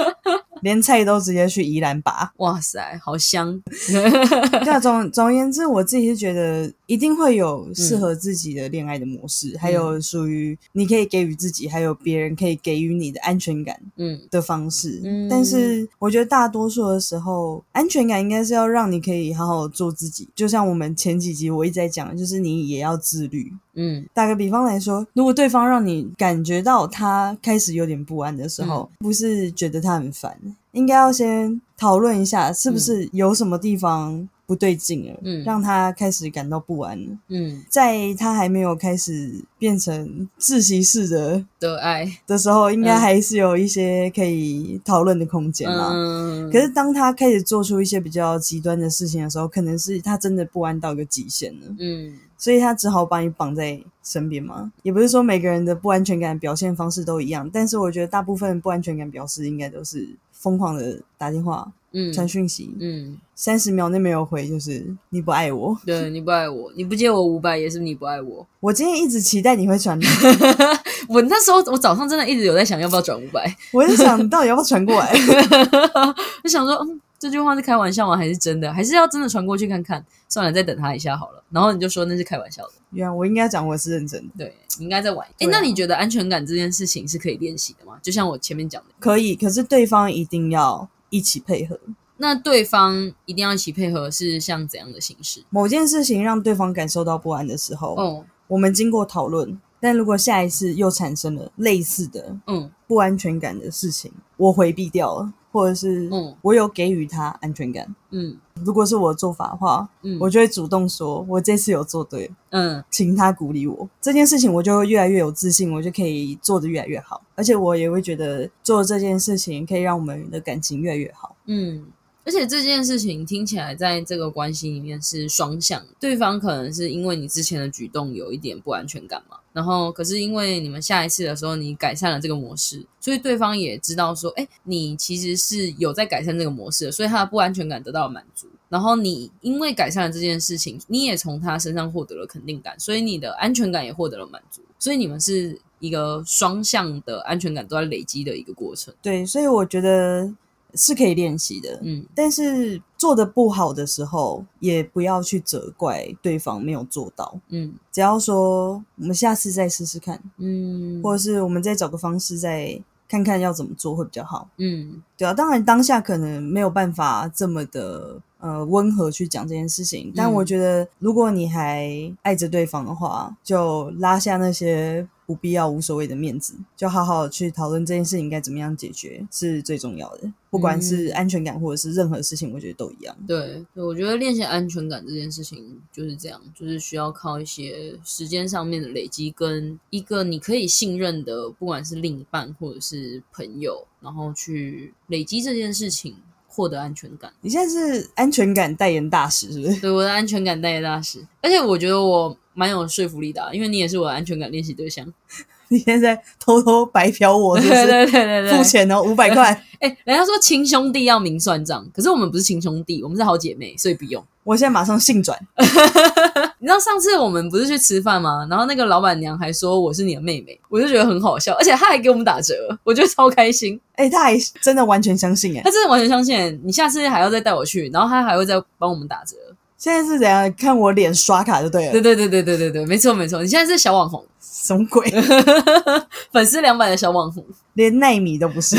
A: 连菜都直接去宜兰拔。
B: 哇塞，好香！
A: 对啊，总 (laughs) 总而言之，我自己是觉得一定会有适合自己的恋爱的模式，还有属于你可以给予自己，还有别人可以给予你的安全感
B: 嗯
A: 的方式。
B: 嗯
A: 但是我觉得大多数的时候，安全感应该是要让你可以好好做自己。就像我们前几集我一直在讲的，就是你也要自律。
B: 嗯
A: 打个比方来说，如果对方让你感觉到他开始有点不安的时
B: 嗯
A: 候，不是觉得他很烦，应该要先讨论一下是不是有什么地方不对劲了，
B: 嗯
A: 让他开始感到不安了。
B: 嗯
A: 在他还没有开始变成窒息式的
B: 的爱，
A: 的时候，应该
B: 嗯
A: 还是有一些可以讨论的空间啦。
B: 嗯，
A: 可是当他开始做出一些比较极端的事情的时候，可能是他真的不安到一个极限了。
B: 嗯
A: 所以他只好把你绑在身边嘛。也不是说每个人的不安全感表现方式都一样，但是我觉得大部分不安全感表示应该都是疯狂的打电话、
B: 嗯
A: 传讯息，
B: 嗯，
A: 三十、秒内没有回就是你不爱我。
B: 对你不爱我，你不借我五百也是你不爱我。
A: 我今天一直期待你会传，
B: 我那时候我早上真的一直有在想要不要转五百，
A: (laughs)
B: (laughs)
A: 我在想你到底要不要传过来。 (laughs)
B: 就想说，嗯，这句话是开玩笑吗？还是真的？还是要真的传过去看看？算了，再等他一下好了。然后你就说那是开玩笑的，
A: 原来我应该讲我是认真的，
B: 对，你应该再晚。哎、
A: 对啊
B: 那你觉得安全感这件事情是可以练习的吗？就像我前面讲的，
A: 可以，可是对方一定要一起配合。
B: 那对方一定要一起配合，是像怎样的形式？
A: 某件事情让对方感受到不安的时候，
B: 哦，
A: 我们经过讨论，但如果下一次又产生了类似的
B: 嗯
A: 不安全感的事情，我回避掉了，或者是
B: 嗯
A: 我有给予他安全感。
B: 嗯
A: 如果是我的做法的话，
B: 嗯，
A: 我就会主动说，我这次有做对，
B: 嗯
A: 请他鼓励我。这件事情我就会越来越有自信，我就可以做得越来越好，而且我也会觉得做这件事情可以让我们的感情越来越好。
B: 嗯，而且这件事情听起来在这个关系里面是双向的，对方可能是因为你之前的举动有一点不安全感嘛，然后可是因为你们下一次的时候你改善了这个模式，所以对方也知道说，哎，你其实是有在改善这个模式的，所以他的不安全感得到了满足。然后你因为改善了这件事情，你也从他身上获得了肯定感，所以你的安全感也获得了满足，所以你们是一个双向的安全感都在累积的一个过程。
A: 对，所以我觉得是可以练习的。
B: 嗯
A: 但是做的不好的时候，也不要去责怪对方没有做到，
B: 嗯
A: 只要说我们下次再试试看，
B: 嗯，
A: 或者是我们再找个方式再看看要怎么做会比较好。
B: 嗯。
A: 对啊，当然当下可能没有办法这么的呃温和去讲这件事情，但
B: 嗯
A: 我觉得如果你还爱着对方的话，就拉下那些不必要、无所谓的面子，就好好去讨论这件事情该怎么样解决是最重要的。不管
B: 嗯
A: 是安全感或者是任何事情，我觉得都一样。
B: 对，对我觉得练习安全感这件事情就是这样，就是需要靠一些时间上面的累积，跟一个你可以信任的，不管是另一半或者是朋友，然后去累积这件事情，获得安全感。
A: 你现在是安全感代言大使，是不是？ (laughs)
B: 对我的安全感代言大使，而且我觉得我蛮有说服力的啊、因为你也是我的安全感练习对象。
A: 你现在偷偷白嫖我，是
B: 对
A: 不
B: (laughs) 对
A: 是？
B: 对对对，
A: 付钱哦，五百块。
B: 哎、人家说亲兄弟要明算账，可是我们不是亲兄弟，我们是好姐妹，所以不用。
A: 我现在马上性转，
B: 你知道上次我们不是去吃饭吗？然后那个老板娘还说我是你的妹妹，我就觉得很好笑，而且她还给我们打折，我觉得超开心。
A: 哎、他还真的完全相信哎、
B: 她真的完全相信你，下次还要再带我去，然后她还会再帮我们打折。
A: 现在是怎样看我脸刷卡就对了，
B: 对对对对对对对，没错没错，你现在是小网红， (laughs)
A: 什么鬼？
B: 粉丝两百的小网红。 (laughs)
A: 连奈米都不是。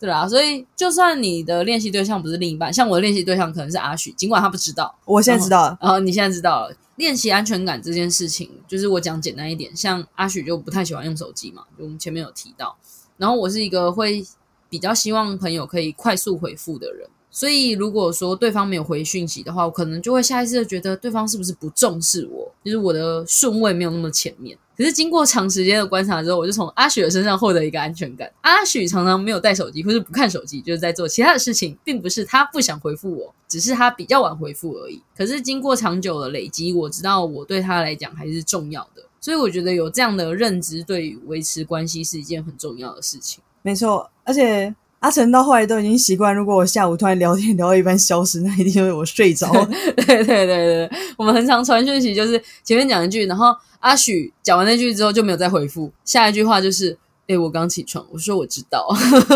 B: 对啊，所以就算你的练习对象不是另一半，像我的练习对象可能是阿许，尽管他不知道，
A: 我现在知道了，
B: 然后哦你现在知道了，练习安全感这件事情，就是我讲简单一点，像阿许就不太喜欢用手机嘛，就我们前面有提到。然后我是一个会比较希望朋友可以快速回复的人，所以如果说对方没有回讯息的话，我可能就会下意识的觉得对方是不是不重视我，就是我的顺位没有那么前面。可是经过长时间的观察之后，我就从阿许的身上获得一个安全感。阿许常常没有带手机或是不看手机，就是在做其他的事情，并不是他不想回复我，只是他比较晚回复而已。可是经过长久的累积，我知道我对他来讲还是重要的，所以我觉得有这样的认知，对于维持关系是一件很重要的事情。
A: 没错。而且阿成到后来都已经习惯，如果我下午突然聊天聊到一半消失，那一定就是我睡着了。
B: 对 (laughs) 对对对，对我们很常传讯息，就是前面讲一句，然后阿许讲完那句之后就没有再回复，下一句话就是：“诶、我刚起床。”我说：“我知道，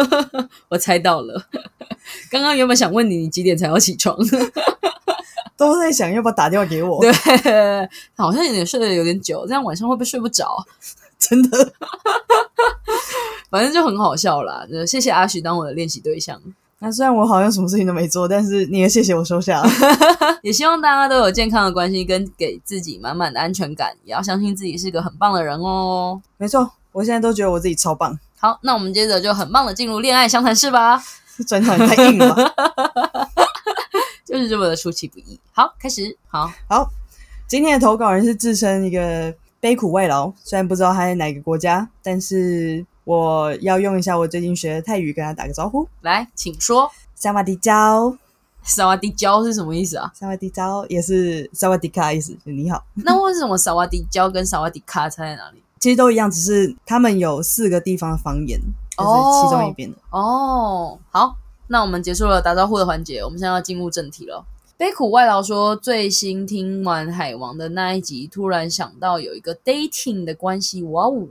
B: (laughs) 我猜到了。刚刚原本想问你，你几点才要起床？ (laughs)
A: 都在想要不要打电话给我，
B: 对，好像有点睡得有点久，这样晚上会不会睡不着？ (laughs)
A: 真的。
B: 反正就很好笑啦。呃谢谢阿许当我的练习对象。”
A: 那虽然我好像什么事情都没做，但是你也谢谢我收下了。
B: 也希望大家都有健康的关系，跟给自己满满的安全感，也要相信自己是个很棒的人哦。
A: 没错，我现在都觉得我自己超棒，
B: 好，那我们接着就很棒的进入恋爱相谈室吧，
A: 这转场也太硬了吧。
B: 就是这么的出其不意。好，开始，好，
A: 好，今天的投稿人是自称一个悲苦外劳，虽然不知道他在哪个国家，但是我要用一下我最近学的泰语跟他打个招呼。
B: 来，请说。
A: 萨瓦迪娇，
B: 萨瓦迪胶是什么意思啊？
A: 萨瓦迪娇也是萨瓦迪卡意思，就是你好。
B: 那为什么萨瓦迪胶跟萨瓦迪卡差在哪里？
A: 其实都一样，只是他们有四个地方的方言，就是
B: 哦
A: 其中一边的。
B: 哦，好，那我们结束了打招呼的环节，我们现在要进入正题了。悲苦外劳说，最新听完海王的那一集，突然想到有一个 dating 的关系，哇哦，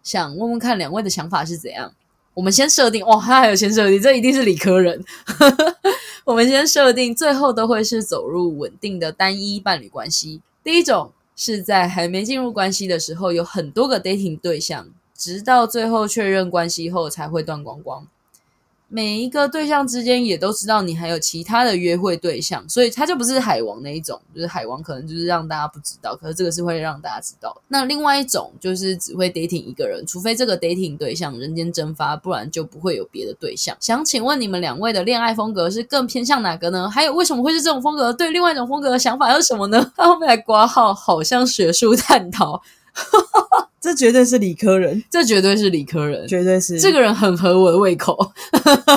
B: 想问问看两位的想法是怎样？我们先设定，哇，他还有先设定，这一定是理科人。我们先设定，最后都会是走入稳定的单一伴侣关系。第一种是在还没进入关系的时候，有很多个 dating 对象，直到最后确认关系后才会断光光。每一个对象之间也都知道你还有其他的约会对象，所以他就不是海王那一种，就是海王可能就是让大家不知道，可是这个是会让大家知道的。那另外一种就是只会 dating 一个人，除非这个 dating 对象人间蒸发，不然就不会有别的对象。想请问你们两位的恋爱风格是更偏向哪个呢？还有为什么会是这种风格？对另外一种风格的想法又是什么呢？他后面还挂号，好像学术探讨，
A: 这绝对是理科人，
B: 这绝对是理
A: (laughs)
B: 科人，
A: 绝对是
B: 这个人很合我的胃口。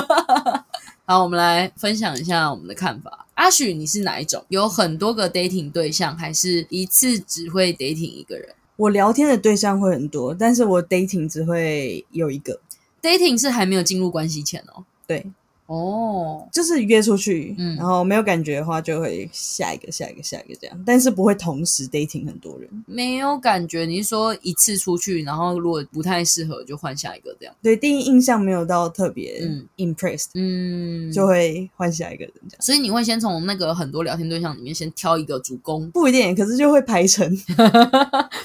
B: (laughs) 好，我们来分享一下我们的看法。阿许，你是哪一种？有很多个 dating 对象，还是一次只会 dating 一个人
A: 我聊天的对象会很多，但是我 dating 只会有一个，
B: ？dating 是还没有进入关系前哦。
A: 对，
B: 哦，
A: 就是约出去，
B: 嗯
A: 然后没有感觉的话就会下一个、下一个、下一个这样，但是不会同时 dating 很多人。
B: 没有感觉。你是说一次出去，然后如果不太适合，就换下一个这样？
A: 对，第一印象没有到特别
B: 嗯
A: impressed，、
B: 嗯，
A: 就会换下一个人这样。
B: 所以你会先从那个很多聊天对象里面先挑一个主 (laughs) 攻
A: 不一定，可是就会排
B: (laughs)
A: 成，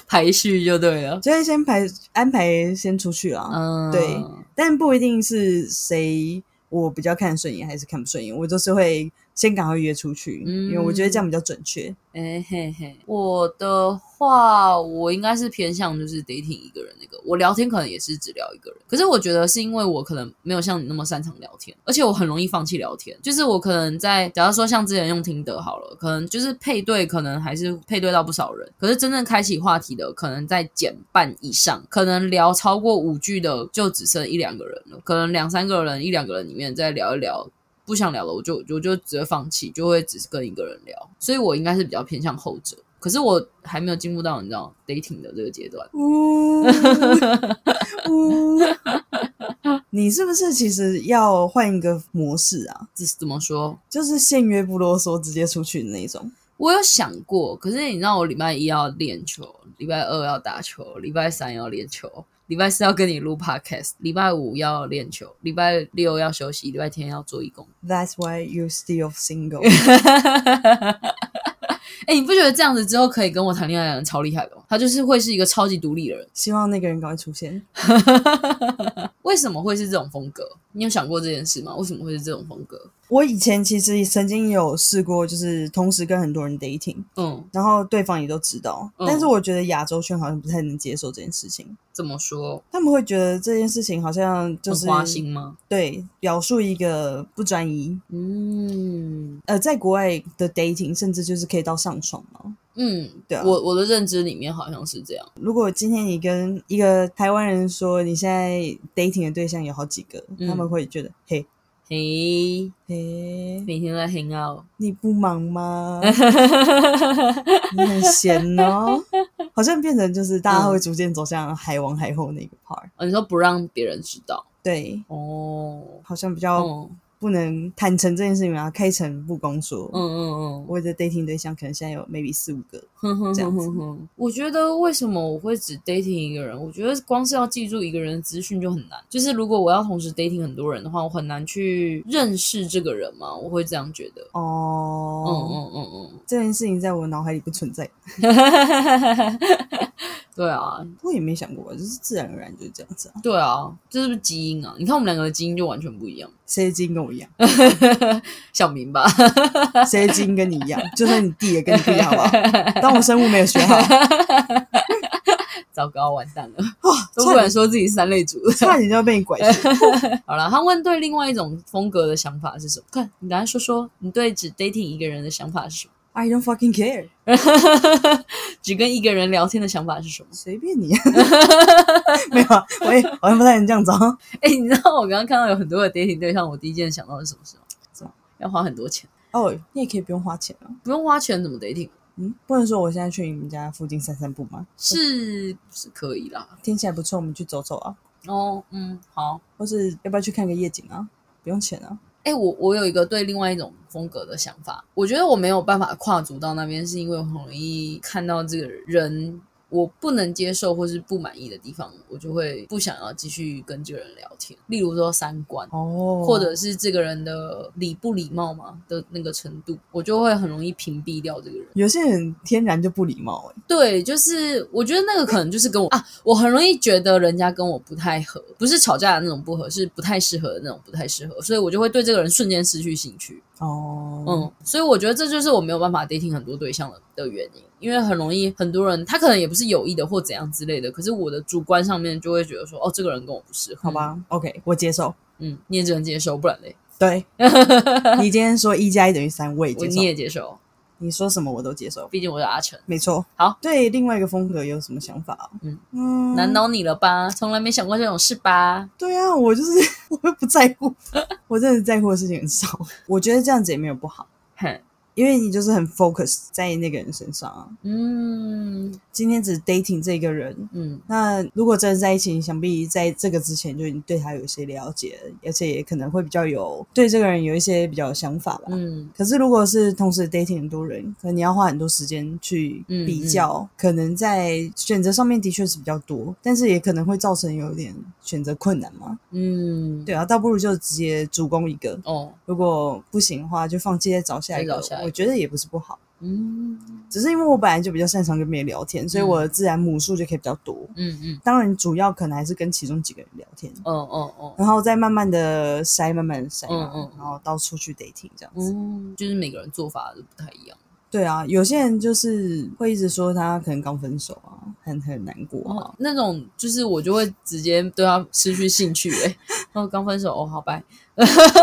B: 排序就对了。
A: 就会先排安排先出去啊。
B: 嗯，
A: 对但不一定是谁我比较看顺眼还是看不顺眼，我就是会先赶快约出去，
B: 嗯
A: 因为我觉得这样比较准
B: (laughs)
A: 确。
B: 哎嘿嘿，我的话，我应该是偏向就是 dating 一个人那个，我聊天可能也是只聊一个人，可是我觉得是因为我可能没有像你那么擅长聊天，而且我很容易放弃聊天，就是我可能在，假如说像之前用听得好了，可能就是配对，可能还是配对到不少人，可是真正开启话题的，可能在减半以上，可能聊超过五句的就只剩一两个人了，可能两三个人一两个人里面再聊一聊，不想聊了，我就我就直接放弃，就会只是跟一个人聊，所以我应该是比较偏向后者。可是我还没有进入到你知道 dating 的这个阶段，
A: 呜呜， (laughs) 你是不是其实要换一个模式啊？
B: 这是怎么说？
A: 就是现约不啰嗦，直接出去的那种。
B: 我有想过，可是你知道我礼拜一要练球，礼拜二要打球，礼拜三要练球，礼拜四要跟你录 podcast，礼拜五要练球，礼拜六要休息，礼拜天要做义工。 (laughs)
A: That's why you still single 。
B: 哎、你不觉得这样子之后可以跟我谈恋爱的人超厉害的吗？他就是会是一个超级独立的人。
A: 希望那个人赶快出现。
B: (laughs) 为什么会是这种风格？你有想过这件事吗？为什么会是这种风格？
A: 我以前其实曾经有试过，就是同时跟很多人 dating，
B: 嗯，
A: 然后对方也都知道，
B: 嗯
A: 但是我觉得亚洲圈好像不太能接受这件事情，
B: 怎么说？
A: 他们会觉得这件事情好像就是
B: 很花心吗？
A: 对表述一个不专一。
B: 嗯
A: 呃，在国外的 dating 甚至就是可以到上床嘛。
B: 嗯，
A: 对啊
B: 我我的认知里面好像是这样。
A: 如果今天你跟一个台湾人说你现在 dating 的对象有好几个，
B: 嗯
A: 他们会觉得嘿
B: 嘿，
A: 嘿，
B: 每天都在 hang out，
A: 你不忙
B: (laughs)
A: 吗？你很闲哦，好像变成就是大家会逐渐走向海王海后那个 part，
B: 哦你说不让别人知道
A: 对，
B: 哦。
A: 好像比较
B: 嗯
A: 不能坦诚这件事情嘛，开诚布公说，
B: 嗯嗯嗯
A: 我的 dating 对象可能现在有 maybe 四五个，
B: 哼哼
A: 这
B: 哼
A: 样子
B: 哼哼，我觉得为什么我会只 dating 一个人？我觉得光是要记住一个人的资讯就很难。就是如果我要同时 dating 很多人的话，我很难去认识这个人嘛，我会这样觉得。嗯
A: 哦，
B: 嗯嗯
A: 这件事情在我脑海里不存在，
B: 嗯， (laughs) 对啊，
A: 我也没想过吧，就是自然而然就是这样子啊，
B: 对啊，这是不是基因啊？你看我们两个的基因就完全不一样， (laughs)
A: 谁的基因跟我一样，
B: 小明吧，
A: 谁的基因跟你一样，就算你弟也跟你不一样，好不好？当我生物没有学
B: (laughs)
A: 好，
B: 糟糕，完蛋了， (laughs) 都
A: 差
B: 不敢
A: 点
B: 说自己是三类族。
A: 差点就要被你拐去，
B: (laughs) 好了，他问对另外一种风格的想法是什么？看你赶快说说，你对只 dating 一个人的想法是什么？
A: I don't fucking care。
B: (laughs) 只跟一个人聊天的想法是什么？ (laughs)
A: 随便你，没有啊，我也好像不太能这样子哦。
B: 哎、你知道我刚刚看到有很多的 dating 对象，我第一件想到的是什么事吗？
A: 什么
B: 要花很多钱，
A: 哦，你也可以不用花钱啊。
B: 不用花钱怎么 dating？
A: 嗯，不能说我现在去你们家附近散散步吗？
B: 是是可以啦。
A: 天气还不错，我们去走走啊，
B: 哦，嗯，好。
A: 或是要不要去看个夜景啊？不用钱啊。
B: 哎、我我有一个对另外一种风格的想法，我觉得我没有办法跨足到那边，是因为我很容易看到这个人我不能接受或是不满意的地方，我就会不想要继续跟这个人聊天。例如说三观，
A: 哦
B: 或者是这个人的礼不礼貌嘛的那个程度，我就会很容易屏蔽掉这个人。
A: 有些人天然就不礼貌哎、
B: 对，就是我觉得那个可能就是跟我啊，我很容易觉得人家跟我不太合，不是吵架的那种不合，是不太适合的那种不太适合，所以我就会对这个人瞬间失去兴趣。
A: 哦，
B: 嗯，所以我觉得这就是我没有办法 dating 很多对象的的原因，因为很容易很多人他可能也不是有意的或怎样之类的，可是我的主观上面就会觉得说，哦，这个人跟我不适合，
A: 好，吧、o k 我接受。
B: 嗯，你也只能接受，不然嘞， (laughs)
A: 对，你今天说一加一等于三，我也
B: 我
A: 接受
B: 你。也接受，
A: 你说什么我都接受，
B: 毕竟我是阿成，
A: 没错。
B: 好，
A: 对另外一个风格有什么想法啊、
B: 嗯
A: 嗯
B: 难倒你了吧？从来没想过这种事吧？
A: 对啊，我就是 (laughs) 我又不在乎，我真的在乎的事情很少。我觉得这样子也没有不好，
B: 哼，
A: 因为你就是很 focus 在那个人身上啊。
B: 嗯
A: 今天只 dating 这个人，
B: 嗯。
A: 那如果真的在一起，你想必在这个之前就已经对他有一些了解，而且也可能会比较有对这个人有一些比较有想法吧。
B: 嗯
A: 可是如果是同时 dating 很多人，可能你要花很多时间去
B: 嗯
A: 比较，可能在选择上面的确是比较多，但是也可能会造成有点选择困难嘛。
B: 嗯，
A: 对啊，倒不如就直接主攻一个。
B: 哦，
A: 如果不行的话，就放弃再找下一个。
B: 再找下一个
A: 我觉得也不是不好，
B: 嗯
A: 只是因为我本来就比较擅长跟别人聊天，所以
B: 嗯
A: 我的自然母数就可以比较多。
B: 嗯嗯，
A: 当然，主要可能还是跟其中几个人聊天，
B: 哦哦哦，
A: 然后再慢慢的筛，慢慢的筛嘛，
B: 嗯嗯
A: 然后到处去 dating 这样子。
B: 嗯，就是每个人做法都不太一样。
A: 对啊，有些人就是会一直说他可能刚分手啊，很很难过啊。
B: 哦，那种就是我就会直接对他失去兴趣、欸，然后刚分手，哦，好拜，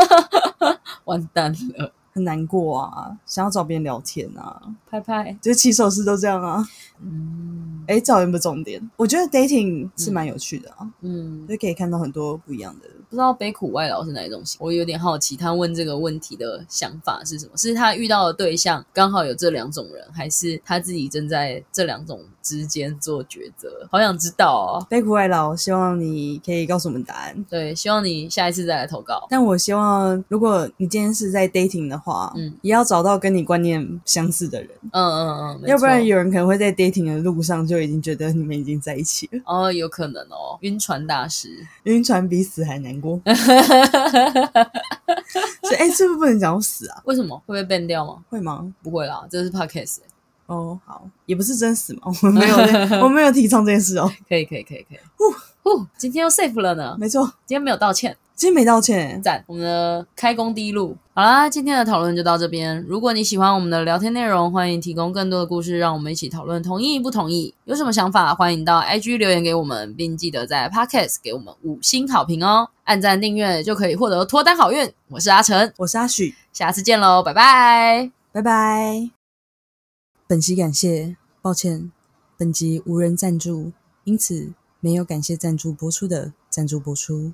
B: (laughs) 完蛋了，
A: 很难过啊，想要找别人聊天啊，
B: 拍拍，
A: 就是起手式都这样啊。
B: 嗯
A: 哎，找人不重点，我觉得 dating 是蛮有趣的啊，
B: 嗯，
A: 就可以看到很多不一样的
B: 不知道北苦外劳是哪一种型，我有点好奇，他问这个问题的想法是什么？是他遇到的对象刚好有这两种人，还是他自己正在这两种之间做抉择？好想知道哦。
A: 贝苦外劳，希望你可以告诉我们答案。
B: 对，希望你下一次再来投稿。
A: 但我希望，如果你今天是在 dating 的话，
B: 嗯
A: 也要找到跟你观念相似的人，
B: 嗯嗯嗯，没
A: 要不然
B: 错
A: 有人可能会在 dating 的路上就已经觉得你们已经在一起了，
B: 哦，有可能哦，晕船大师。
A: 晕船比死还难过。所以，哎、是不是不能讲我死啊？啊
B: 为什么会被 ban 掉吗？
A: 会吗？
B: 不会啦，这是 podcast，欸、
A: 哦，好，也不是真死嘛，我没有
B: (laughs)
A: 在，我没有提倡这件事哦。
B: 可以可以可以可以，呼呼，今天又 safe 了呢，
A: 没错，
B: 今天没有道歉。
A: 今天没道歉，
B: 赞，我们的开工第一路。好啦，今天的讨论就到这边。如果你喜欢我们的聊天内容，欢迎提供更多的故事，让我们一起讨论。同意不同意？有什么想法，欢迎到 IG 留言给我们，并记得在 Podcast 给我们五星好评哦。按赞订阅就可以获得脱单好运。我是阿成，
A: 我是阿许，
B: 下次见喽，拜拜。
A: 拜拜。本集感谢，抱歉，本集无人赞助，因此没有感谢赞助播出的赞助播出。